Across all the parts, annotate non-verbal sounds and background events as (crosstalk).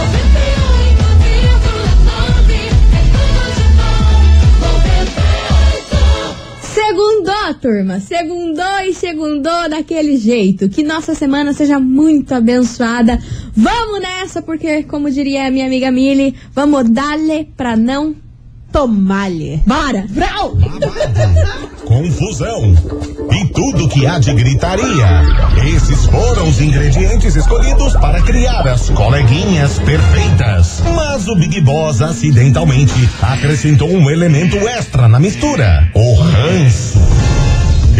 é Segundou, turma. Segundou e segundou daquele jeito. Que nossa semana seja muito abençoada. Vamos nessa, porque, como diria a minha amiga Mili, vamos dar-lhe pra não tomar-lhe. Bora! Brau! confusão e tudo que há de gritaria. Esses foram os ingredientes escolhidos para criar as coleguinhas perfeitas. Mas o Big Boss acidentalmente acrescentou um elemento extra na mistura: o ranço.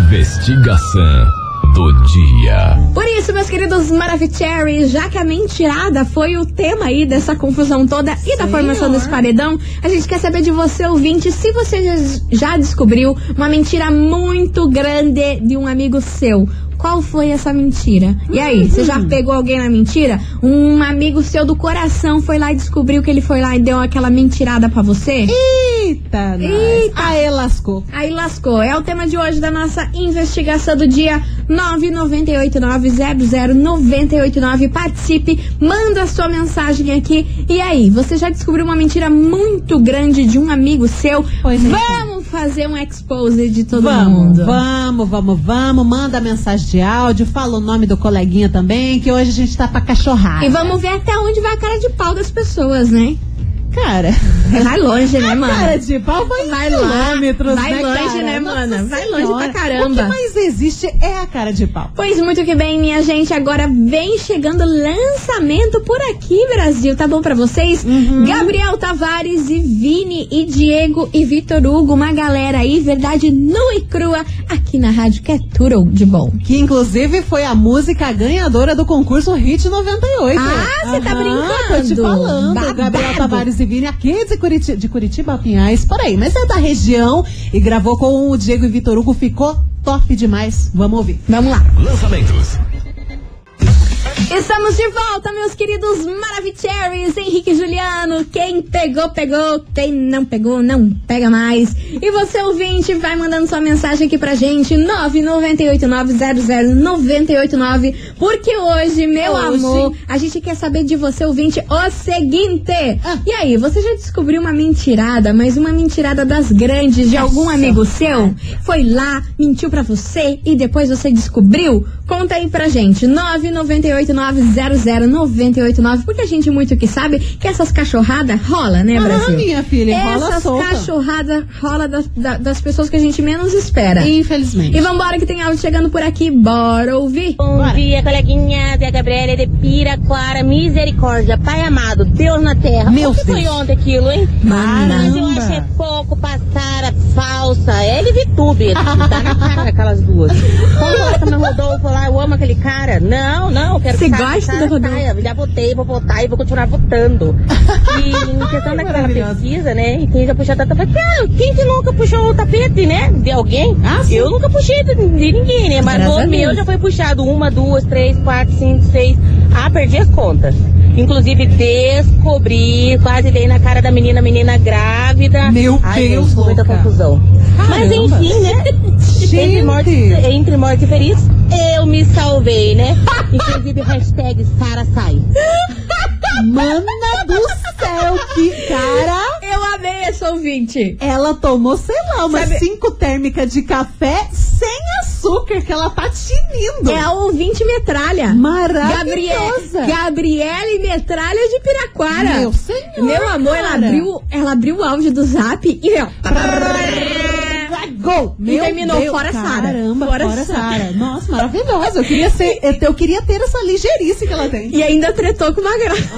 Investigação do dia. Por isso, meus queridos Maravicherry, já que a mentirada foi o tema aí dessa confusão toda e da formação desse paredão, a gente quer saber de você, ouvinte, se você já- já descobriu uma mentira muito grande de um amigo seu. Qual foi essa mentira? E aí, você já pegou alguém na mentira? Um amigo seu do coração foi lá e descobriu que ele foi lá e deu aquela mentirada pra você? Eita, nós. Eita. Aê, lascou. Aí lascou. É o tema de hoje da nossa investigação do dia 998900989. Participe, manda a sua mensagem aqui. E aí, você já descobriu uma mentira muito grande de um amigo seu? Pois é. Vamos fazer um expose de todo Vamos, mundo. vamos, vamos, vamos. Manda mensagem de áudio, fala o nome do coleguinha também, que hoje a gente tá pra cachorrada. E vamos ver até onde vai a cara de pau das pessoas, né? (laughs) Cara, Vai longe, né, mano? cara de pau vai, Vai em lá, quilômetros, vai né, longe, cara? né, Nossa mana? Vai longe Senhora. pra caramba. O que mais existe é a cara de pau. Pois muito que bem, minha gente. Agora vem chegando lançamento por aqui, Brasil. Tá bom pra vocês? Gabriel Tavares e Vini e Diego e Vitor Hugo. Uma galera aí, verdade nua e crua, aqui na rádio que é tudo de bom. Que inclusive foi a música ganhadora do concurso Hit 98. Ah, você tá Aham, brincando? Tô te falando. Babado. Gabriel Tavares e Vini aqui de, Curiti de Curitiba, Pinhais, por aí. Mas é da região e gravou com o Diego e Vitor Hugo. Ficou top demais. Vamos ouvir. Vamos lá. Lançamentos. Estamos de volta, meus queridos Maravicheries, Henrique e Juliano. Quem pegou, pegou. Quem não pegou, não pega mais. E você, ouvinte, vai mandando sua mensagem aqui pra gente, 998900989. Porque hoje, meu Hoje. amor, a gente quer saber de você, ouvinte, o seguinte. Ah. E aí, você já descobriu uma mentirada, mas uma mentirada das grandes de algum amigo seu? Foi lá, mentiu pra você e depois você descobriu? Conta aí pra gente, 998900989, porque a gente muito que sabe que essas cachorradas rola, né, Ah, Brasil? minha filha, rola essas solta. cachorradas rola das, da- das pessoas que a gente menos espera. E... Infelizmente. vambora que tem áudio chegando por aqui, bora ouvir. Bom Bora. dia, coleguinhas. É a Gabriela de Piraquara. Misericórdia. Pai amado, Deus na terra. Meu o que foi Deus. ontem aquilo, hein? Mana. Mas eu Caramba. achei pouco É passar a falsa. Ele e Vitube. Tá na cara aquelas duas. Vamos embora, meu Rodolfo lá, eu amo aquele cara. Não, não, eu quero Você que saia, gosta cara do Rodolfo? saia. Já votei, vou votar e vou continuar votando. E em questão daquela Maravilhosa. pesquisa, né? E quem já puxou o tapete. Cara, "Ah, quem que nunca puxou o tapete, né? De alguém? Ah, sim. eu nunca puxei de, de ninguém, né? Mas Graças a o meu Deus. já foi puxado. Uma, duas, três, quatro, cinco, seis. Ah, perdi as contas. Inclusive, descobri, quase dei na cara da menina, menina grávida. Meu Ai, Deus, gente, muita louca. confusão. Mas Caramba. enfim, né? Entre mortes, Gente. entre mortes e feridos, eu me salvei, né? Inclusive, hashtag Sara sai. Mana do céu, que cara! Eu amei essa ouvinte. Ela tomou, sei lá, umas Sabe- cinco térmicas de café sem açúcar, que ela tá tinindo. É a ouvinte metralha. Maravilhosa! Gabriele, Gabriele Metralha de Piraquara. Meu senhor, Meu amor, cara. ela abriu, ela abriu o áudio do zap e meu. Gol! Meu terminou Deus, fora Sara. Caramba, Fora fora, Sara. Sara. Nossa, maravilhosa. Eu queria, ser, eu, eu queria ter essa ligeirice que ela (laughs) tem. E ainda tretou com uma grávida.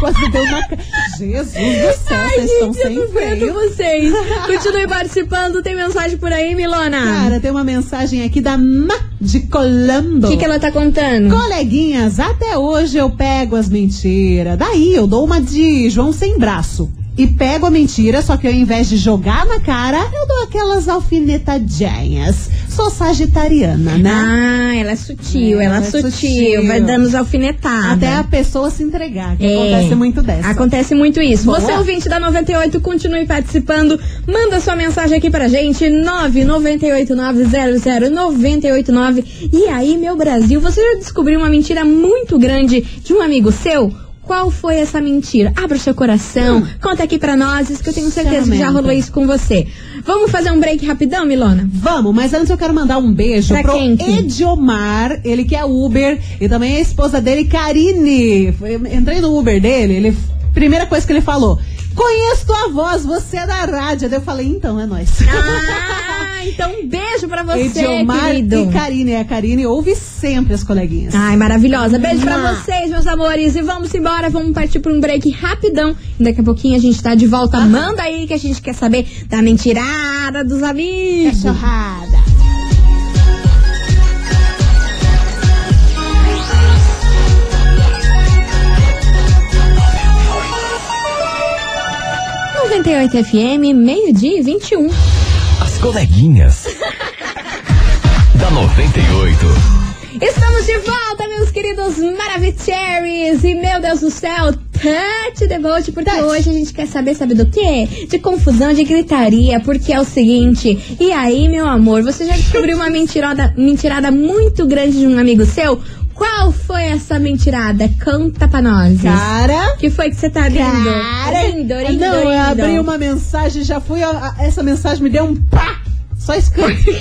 Quase deu uma. ca- Jesus do céu, Ai, Ah, então vocês estão gente, eu sem não aguento freio. vocês. Continue participando. Tem mensagem por aí, Milona? Cara, tem uma mensagem aqui da Ma de o Colombo. que, que ela tá contando? Coleguinhas, até hoje eu pego as mentiras. Daí eu dou uma de João sem braço. E pego a mentira, só que ao invés de jogar na cara, eu dou aquelas alfinetadinhas. Sou sagitariana, né? Ah, ela é sutil, É, ela é ela é sutil, sutil. vai dando os alfinetadas. Até a pessoa se entregar, que Ah, né? É. acontece muito dessa. Acontece muito isso. Boa. Você ouvinte da 98, continue participando. Manda sua mensagem aqui pra gente, 998900989. E aí, meu Brasil, você já descobriu uma mentira muito grande de um amigo seu? Qual foi essa mentira? Abra o seu Hum. coração, conta aqui pra nós, isso que eu tenho certeza que já Chamenta. rolou isso com você. Vamos fazer um break rapidão, (laughs) Milona? Vamos, mas antes eu quero mandar um beijo Pra pro quem que- Ediomar, ele que é Uber, e também a esposa dele, Karine. Foi- eu Entrei no Uber dele, ele. Primeira coisa que ele falou: Conheço tua voz, você é da rádio. Daí eu falei, então é nós. (laughs) Ah, então um beijo pra você, Ediomar querido. Ah, e Karine. A Karine ouve sempre as coleguinhas. Ai, maravilhosa. Beijo pra Mua. vocês, meus amores. E vamos embora, vamos partir pra um break rapidão. E daqui a pouquinho a gente tá de volta. Manda aí que a gente quer saber da mentirada dos amigos. Cachorrada. É 98 FM, meio-dia e 21. As coleguinhas. da 98. Estamos de volta, meus queridos Maravicheries. E meu Deus do céu, Tante Devote, porque Tati. hoje a gente quer saber, sabe do quê? De confusão, de gritaria, porque é o seguinte. E aí, meu amor, você já descobriu uma mentiroda, mentirada muito grande de um amigo seu? Qual foi essa mentirada? Conta pra nós. Cara. que foi que você tá rindo? Rindo, rindo, Tá. Não, eu rindo. abri uma mensagem, já fui. a- a- essa mensagem me deu um pá! (laughs) Só escrito.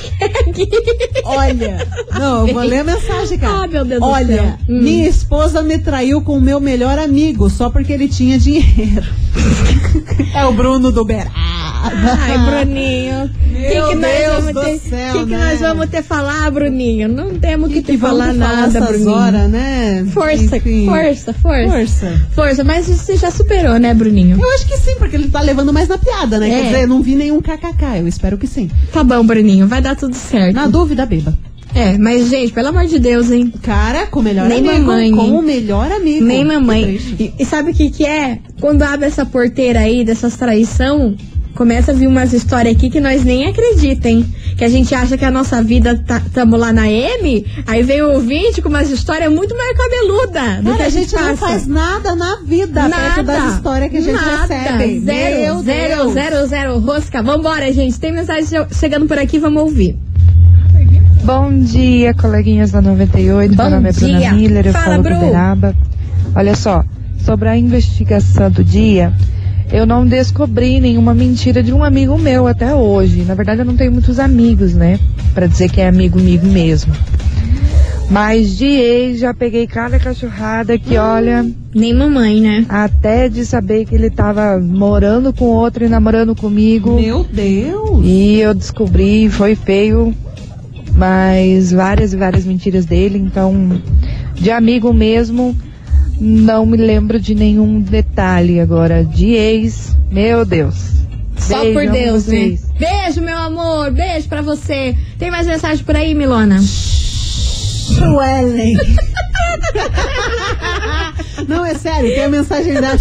Olha, não, eu vou ler a mensagem, cara. Ah, meu Deus do Olha, céu. Hum. minha esposa me traiu com o meu melhor amigo só porque ele (laughs) tinha dinheiro. é o Bruno do Berá. (laughs) Ai, Bruninho. Meu que que nós Deus vamos do ter, céu, que que né? nós vamos ter falar, Bruninho? Não temos que, te falar nada, nessas Bruninho. horas, né? Força, Enfim. força, força, Força. Força, mas você já superou, né, Bruninho? Eu acho que sim, porque ele tá levando mais na piada, né? É. Quer dizer, eu não vi nenhum kkk, eu espero que sim. Tá bom, Bruninho, vai dar tudo certo. Na dúvida, beba. É, mas gente, pelo amor de Deus, hein? Cara, com o melhor Nem amigo. mamãe, com hein? o melhor amigo. Nem Que mamãe. triste. E, e sabe o que que é? Quando abre essa porteira aí dessas traição, começa a vir umas histórias aqui que nós nem acredita, hein? Que a gente acha que a nossa vida tá, tamo lá na M, aí vem o ouvinte com umas histórias muito mais cabeluda do que Cara, a gente, não passa. faz nada na vida Nada. perto das histórias que a gente Nada. recebe. Zero, Meu zero, Deus. zero, zero, rosca. Vambora, gente. Tem mensagem che- chegando por aqui, vamos ouvir. Bom dia, coleguinhas da 98. Bom Meu nome é dia. Bruna Miller, eu Fala, falo Bru. do Uberaba. Olha só, sobre a investigação do dia, eu não descobri nenhuma mentira de um amigo meu até hoje. Na verdade, eu não tenho muitos amigos, né? Pra dizer que é amigo, amigo mesmo. Mas de ex, já peguei cada cachorrada que, olha, Nem mamãe, né? até de saber que ele tava morando com outro e namorando comigo. Meu Deus. E eu descobri, foi feio, mas várias e várias mentiras dele, então de amigo mesmo, não me lembro de nenhum detalhe agora. De ex, meu Deus. Só Beijo, por amo Deus, né? vocês. Beijo, meu amor. Beijo pra você. Tem mais mensagem por aí, Milona? Suelen. (laughs) Não, é sério, tem a mensagem da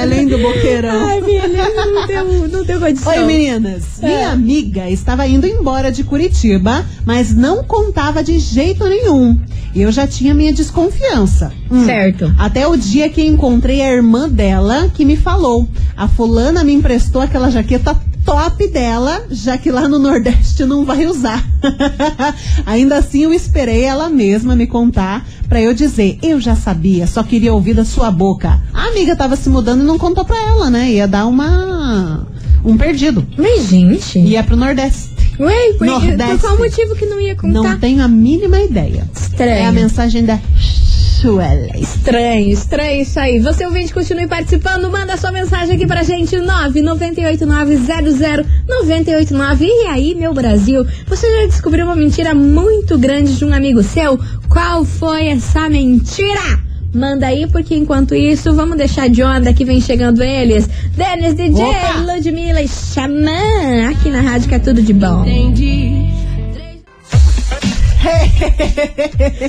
Ellen do Boqueirão. Ai, É. menina, não deu, não deu condição. Oi, meninas. Minha amiga estava indo embora de Curitiba, mas não contava de jeito nenhum. Eu já tinha minha desconfiança. Hum. Certo. Até o dia que encontrei a irmã dela que me falou. A fulana me emprestou aquela jaqueta top dela, já que lá no Nordeste não vai usar. (laughs) Ainda assim, eu esperei ela mesma me contar pra eu dizer. Eu já sabia, só queria ouvir da sua boca. A amiga tava se mudando e não contou pra ela, né? Ia dar uma. um perdido. Mas, gente. Ia pro Nordeste. Ué, por, Nordeste. por qual um motivo que não ia contar? Não tenho a mínima ideia. Estranho. É a mensagem da Suelen. Estranho, estranho isso aí. Você ouvinte, continue participando. Manda sua mensagem aqui pra gente. 998900989. E aí, meu Brasil, você já descobriu uma mentira muito grande de um amigo seu? Qual foi essa mentira? Manda aí, porque enquanto isso, vamos deixar de onda que vem chegando eles. Denis DJ, Opa! Ludmilla e Xamã, aqui na rádio que é tudo de bom. Entendi.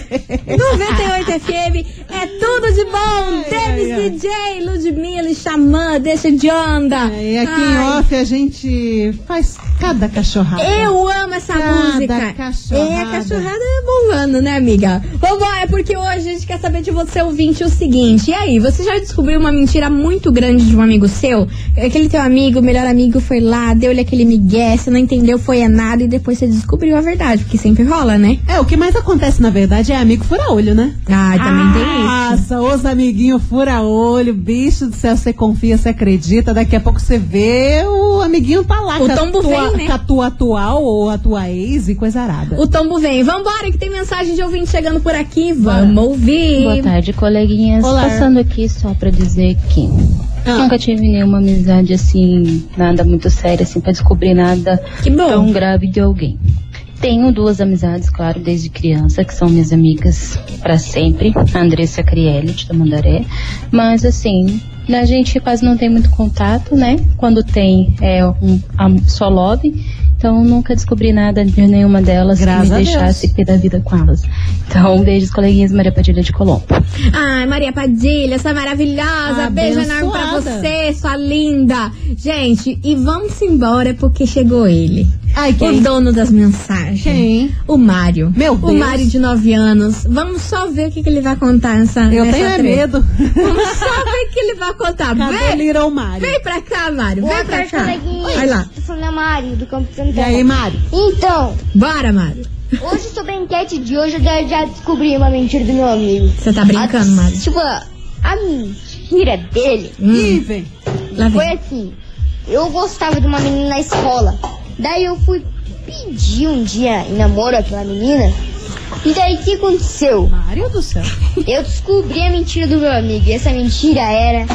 98 FM é tudo de bom. Davis ai. DJ, Ludmilla e Xamã, deixa de onda. É, aqui em Ai, off a gente faz cada cachorrada. eu amo essa Cada música. cachorrada. É, a cachorrada bombando, né, amiga? Vambora, porque hoje a gente quer saber de você, ouvinte, o seguinte. E aí, você já descobriu uma mentira muito grande de um amigo seu? Aquele teu amigo, melhor amigo, foi lá, deu-lhe aquele migué, você não entendeu, foi é nada, e depois você descobriu a verdade, porque sempre rola, né? É, o que mais acontece, na verdade, é amigo fura-olho, né? Ah, também tem isso. Nossa, os amiguinhos fura-olho, bicho do céu, você confia, você acredita, daqui a pouco você vê o amiguinho tá lá O com a tombo tua- vem, né? com a tua atual ou a tua ex e coisa arada. O tombo vem. Vambora, que tem mensagem de ouvinte chegando por aqui. Vamos ouvir. Boa tarde, coleguinhas. Olá. Passando aqui só pra dizer que Ah. nunca tive nenhuma amizade assim, nada muito séria, assim, pra descobrir nada Que bom. tão Então, grave de alguém. Tenho duas amizades, claro, desde criança, que são minhas amigas pra sempre. A Andressa Crielli, de Tamandaré. Mas, assim, a gente quase não tem muito contato, né? Quando tem, é um, a- só lobby. Então, nunca descobri nada de nenhuma delas Graças que a me Deus. deixasse pé da vida com elas. Então, beijos, coleguinhas. Maria Padilha de Colombo. Ai, Maria Padilha, essa maravilhosa. Beijo enorme pra Ah, Abençoada. você, sua linda. Gente, e vamos embora porque chegou ele. Ai, O quem? dono das mensagens. Quem? O Mário. Meu O Deus. Mário de 9 anos. Vamos só ver o que, que ele vai contar nessa. Eu nessa tenho é treta. medo. Vamos só ver o que ele vai contar. Cadê Vem, Little Mário? vem pra cá, Mário. Vem Boa pra tarde, cá. coleguinha. Vai lá. Tô falando a Mari, do Campo E Santana. aí, Mário? Então, Bora, Mário. hoje sobre a enquete de hoje, eu já- já descobri uma mentira do meu amigo. Você tá brincando, A- Mário? Tipo, a mentira dele Hum. Ih, vem. Lá foi vem. assim, eu gostava de uma menina na escola. Daí eu fui pedir um dia em namoro aquela menina. E daí o que aconteceu? Mário do céu. Eu descobri a mentira do meu amigo. E essa mentira era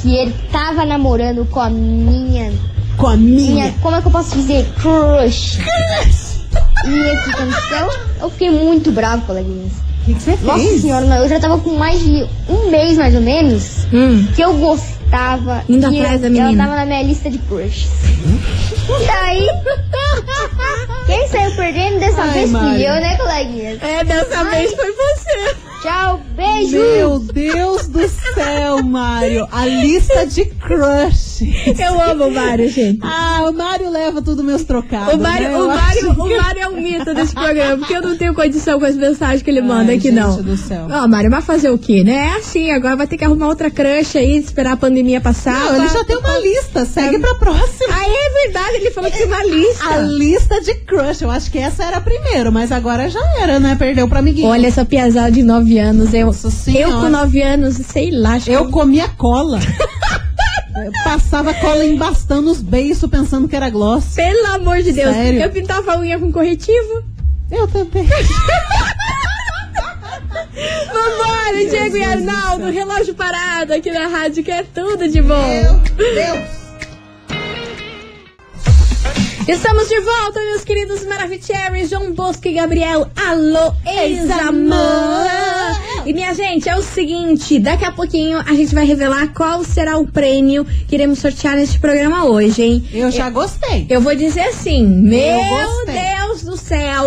que ele tava namorando com a minha Com a minha. minha, como é que eu posso dizer? Crush. E aqui aconteceu, eu fiquei muito bravo, coleguinhas. O que que você Nossa fez? senhora, mas eu já tava com mais de um mês, mais ou menos, Hum. que eu gostava. Indo e atrás da ela menina. tava na minha lista de crushes. Hum? Daí, quem saiu perdendo dessa Ai, vez Mari. fui eu, né, coleguinhas? É, dessa vez foi (laughs) você. Tchau, beijo! Meu Deus do céu, Mário. A lista de crush. Eu amo o Mário, gente. Ah, o Mário leva tudo meus trocados. O Mário, né? o, Eu Mário, acho o que- Mário é um mito desse programa, porque eu não tenho condição com as mensagens que ele manda Ai, aqui, gente não. do céu. Ó, Mário, vai fazer o quê, né? É assim, agora vai ter que arrumar outra crush aí, esperar a pandemia passar. Não, Ah, ele já tem uma lista. Segue pra próxima. Aí é verdade, ele falou que tem uma A lista. lista de crush. Eu acho que essa era a primeira, mas agora já era, né? Perdeu pra amiguinho. Olha essa piazada de 9 anos. Eu, Nossa eu Senhora. com 9 anos, sei lá, acho Eu que comia cola. Eu passava cola embastando os beiços pensando que era gloss. Pelo amor de Deus, Sério? eu pintava a unha com corretivo. Eu também. Vambora, Diego e Arnaldo, relógio parado aqui na rádio, que é tudo de bom. Deus. Estamos de volta, meus queridos Maravicheries, João Bosco e Gabriel. Alô, ex-amor! E minha gente, é o seguinte: daqui a pouquinho a gente vai revelar qual será o prêmio que iremos sortear neste programa hoje, hein? Eu já gostei. Eu vou dizer assim: Meu gostei. Deus do céu!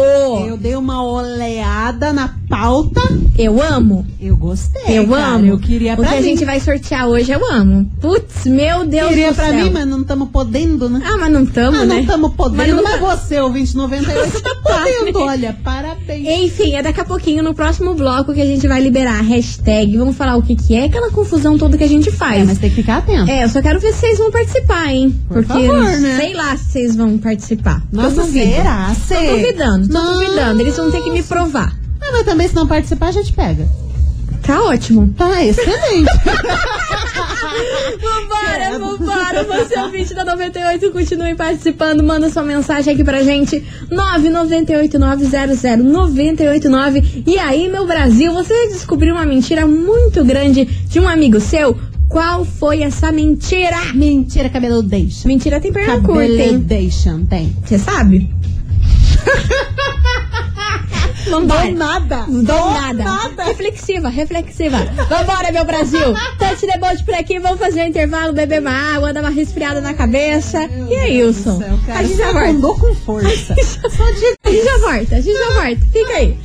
Eu dei uma oleada na pauta. Eu amo. Eu gostei. Eu cara. amo. Eu queria o pra que a mim. gente vai sortear hoje, eu amo. Putz, meu Deus queria do pra céu. mim, mas não estamos podendo, né? Ah, mas não tamo, Ah, né? não estamos Mas podendo, não mas tá- você, ouvinte 98, tá podendo. Olha, parabéns. Enfim, é daqui a pouquinho no próximo bloco que a gente vai liberar a hashtag. Vamos falar o que, que é aquela confusão toda que a gente É, faz. mas tem que ficar atento. É, eu só quero ver se vocês vão participar, hein? Por Porque favor, né? sei lá se vocês vão participar. Nossa, eu duvido. será? Tô Cê? duvidando, tô Nossa. duvidando. Eles vão ter que me provar. Ah, mas também se não participar, a gente pega. Tá ótimo. Tá, (laughs) excelente. Vambora, vambora. Você é ouvinte da 98, continue participando. Manda sua mensagem aqui pra gente. 998900989. E aí, meu Brasil, você descobriu uma mentira muito grande de um amigo seu? Qual foi essa mentira? Mentira, cabelo deixa. Mentira tem perna curta, Cabelo hein? deixa, tem. Você sabe? Vambora. nada. Do é nada. Reflexiva, reflexiva. Vambora, meu (laughs) Brasil. Tante debote por aqui. Vamos fazer um intervalo, beber uma água, dar uma resfriada na cabeça. e é isso. A gente já volta. Andou Tá com (laughs) força. A gente já volta, a gente já volta. Fica aí.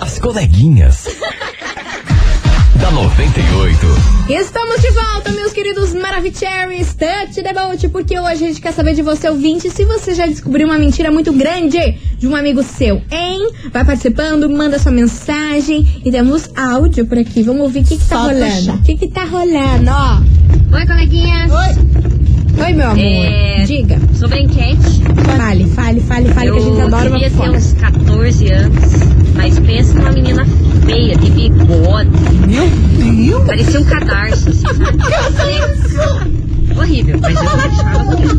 As coleguinhas. (laughs) da 98. Estamos de volta, meus queridos Maravicheries. Tante debote, porque hoje a gente quer saber de você, ouvinte, se você já descobriu uma mentira muito grande de um amigo seu, hein? Vai participando, manda sua mensagem e temos áudio por aqui. Vamos ouvir o que, que tá Só rolando. puxar. O que, que tá rolando, ó? Oi, coleguinhas. Oi, meu amor. É. Diga. Sou bem quente. Fale, fale, fale, fale, que a gente eu adora uma devia ter fofoca. uns 14 anos, mas pensa numa menina feia, de bigode. Meu Deus! Parecia um cadarço, assim, (laughs) sabe? Horrível, mas eu não achava bonito.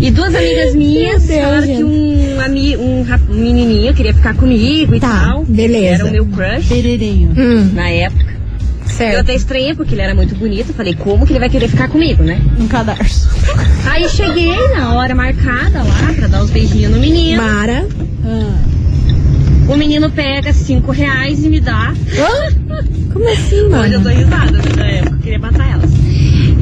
E duas amigas minhas Meu Deus, falaram gente. que um, ami, um, rap- um menininho queria ficar comigo e Tá, tal. beleza. Era o meu crush Pereirinho. Hum, na época. Eu certo. até estranhei porque ele era muito bonito. Eu Falei, como que ele vai querer ficar comigo, né? Um cadarço. Aí cheguei na hora marcada lá pra dar uns beijinhos no menino. Mara. Ah, O menino pega cinco reais e me dá. Como assim, Olha, mano? eu dou risada né, da época, eu queria matar elas.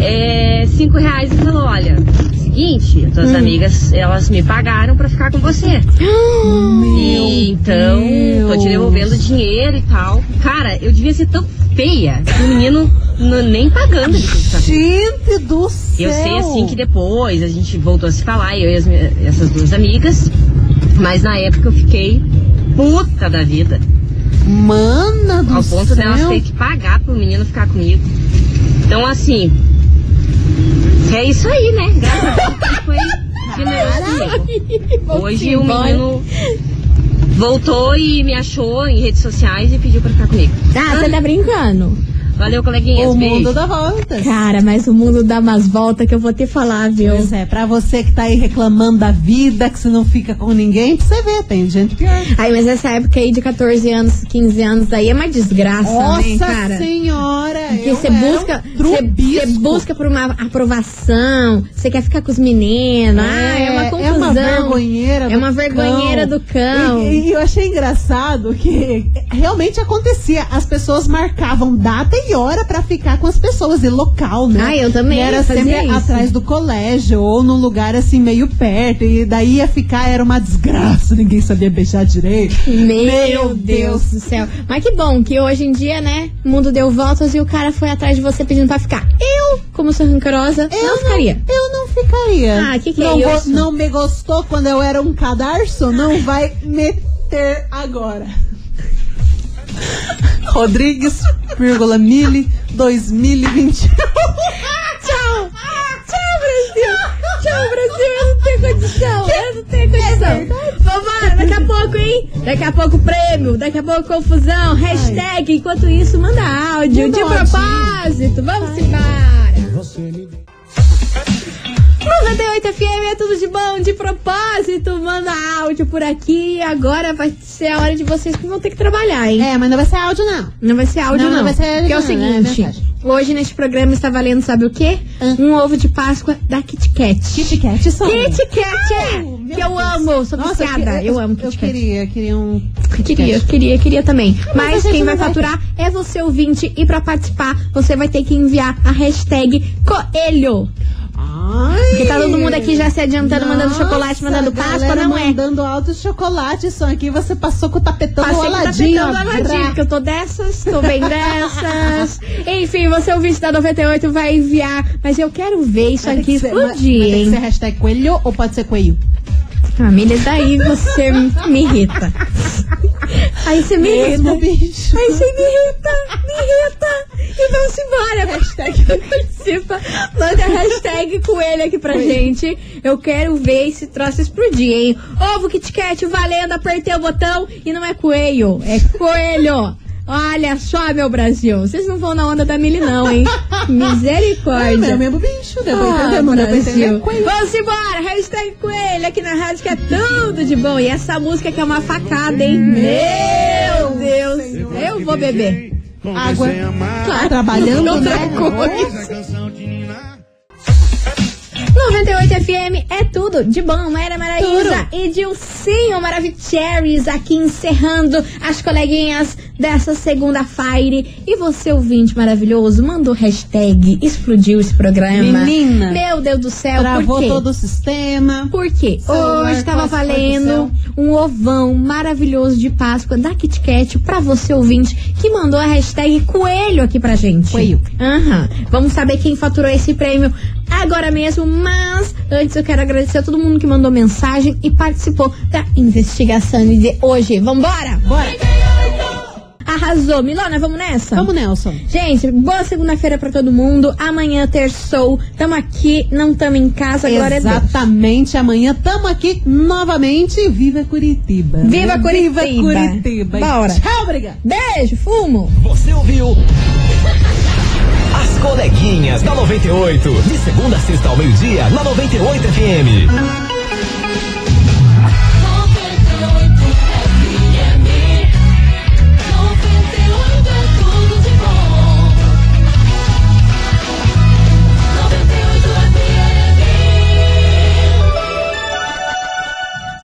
É, cinco reais e falou: olha, seguinte, as tuas amigas elas me pagaram pra ficar com você. E então, tô te devolvendo o dinheiro e tal. Cara, eu devia ser tão feia que o menino n- nem pagando ele quis saber. Gente do céu. Eu sei assim que depois a gente voltou a se falar, eu e as minha- essas duas amigas. Mas na época eu fiquei puta da vida. Mana do Ao ponto céu. delas ter que pagar pro menino ficar comigo. Então, assim. É isso aí, né? Graças a Deus que foi generoso comigo. Hoje o menino voltou e me achou em redes sociais e pediu pra ficar comigo. Ah, você tá brincando. Valeu, coleguinhas. O beijo. mundo dá voltas. Cara, mas o mundo dá umas voltas que eu vou te falar, viu? Pois é, pra você que tá aí reclamando da vida, que você não fica com ninguém, pra você ver, tem gente pior. Aí, mas essa época aí de 14 anos, 15 anos aí é uma desgraça, né, cara? senhora! Porque eu você era um busca, você- você trubisco. busca por uma aprovação, você quer ficar com os meninos, ah, é uma confusão. É uma vergonheira É uma vergonheira do cão. E, e eu achei engraçado que realmente acontecia. As pessoas marcavam data e hora pra ficar com as pessoas e local, né? Ah, eu também E era fazia sempre isso. atrás do colégio ou num lugar assim meio perto. E daí ia ficar, era uma desgraça, ninguém sabia beijar direito. Meu, Meu Deus Deus. do céu. Mas que bom que hoje em dia, né? O mundo deu voltas e o cara foi atrás de você pedindo pra ficar. Eu, como sou rancorosa, eu não ficaria. Eu não ficaria. Ah, que que é não go- isso? Não me gostou quando eu era um cadarço? Não vai meter (laughs) agora. Rodrigues, vírgula, mili, 2021. Tchau! Tchau, Brasil! Tchau, Brasil! Eu não tenho condição! Eu não tenho condição! Vambora, daqui a pouco, hein? Daqui a pouco prêmio, daqui a pouco confusão, hashtag. Enquanto isso, manda áudio Manda de áudio. propósito. Vamos embora! 98 FM é tudo de bom, de propósito. Manda áudio por aqui. Agora vai ser a hora de vocês que vão ter que trabalhar, hein? É, mas não vai ser áudio, não. Não vai ser áudio, Não, não. não vai ser- Porque é o não, seguinte: é mensagem. hoje neste programa está valendo, sabe o quê? Um ovo de Páscoa da Kit Kat. Kit Kat só. Kit Kat! é! meu que eu Deus. amo, sou Nossa, viciada. que- eu, amo Eu Kit Kat. queria, queria um. Kit Queria, Kat. queria, queria também. a Mas gente quem vai não vai faturar é você ouvinte. E pra participar, você vai ter que enviar a hashtag Coelho. Ai, Porque tá todo mundo aqui já se adiantando, mandando chocolate, mandando Nossa, Páscoa, galera não é? mandando altos chocolates, só aqui você passou com o tapetão Passei do que tá Aladim. tentando ó. Aladim, que eu tô dessas, tô (laughs) bem dessas. Enfim, você ouvinte da 98 vai enviar. Mas eu quero ver isso Vai ter aqui que ser- vai- vai explodir, ter que ser hein? hashtag coelho ou pode ser coelho? Família, daí você me me irrita. Aí você me irrita. Mesmo, bicho. Aí você me irrita, me irrita. E vamos embora. Hashtag participa. Manda a hashtag coelho aqui pra gente. Eu quero ver esse troço explodir, hein? Ovo Kit Kat valendo, apertei o botão e não é coelho, é coelho. Olha só, meu Brasil. Vocês não vão na onda da Mili, não, hein? É Misericórdia. o mesmo bicho, deu pra entender, né? Ah, mano, deu pra entender. Brasil. Coelho. Vamos embora, hashtag coelho aqui na rádio que é tudo de bom. E essa música que é uma facada, hein? Meu Deus, eu vou beber. Água. Claro, Trabalhando, outra né? coisa. 98 FM é tudo de bom. Maíra Maraíza e Dilcinho Maravicheries aqui encerrando as coleguinhas dessa segunda Fire. E você, ouvinte maravilhoso, mandou hashtag explodiu esse programa. Menina. Meu Deus do céu, por Travou quê? todo o sistema. Por quê? Celular Hoje tava quase foi pro valendo céu. um ovão maravilhoso de Páscoa da Kit Kat pra você ouvinte que mandou a hashtag coelho aqui pra gente. Coelho. Aham. Vamos saber quem faturou esse prêmio agora mesmo, mas antes eu quero agradecer a todo mundo que mandou mensagem e participou da investigação de hoje. Vambora! Bora. Arrasou. Milona, vamos nessa? Vamos, Nelson. Gente, boa segunda-feira pra todo mundo. Amanhã terçou. Tamo aqui, não tamo em casa, agora é Deus. Exatamente, amanhã tamo aqui novamente. Viva Curitiba. né? Viva Curitiba. Viva Curitiba. Bora. Tchau, obrigada. Beijo, fumo! Você ouviu? As coleguinhas da 98. De segunda a sexta ao meio-dia, na 98 FM.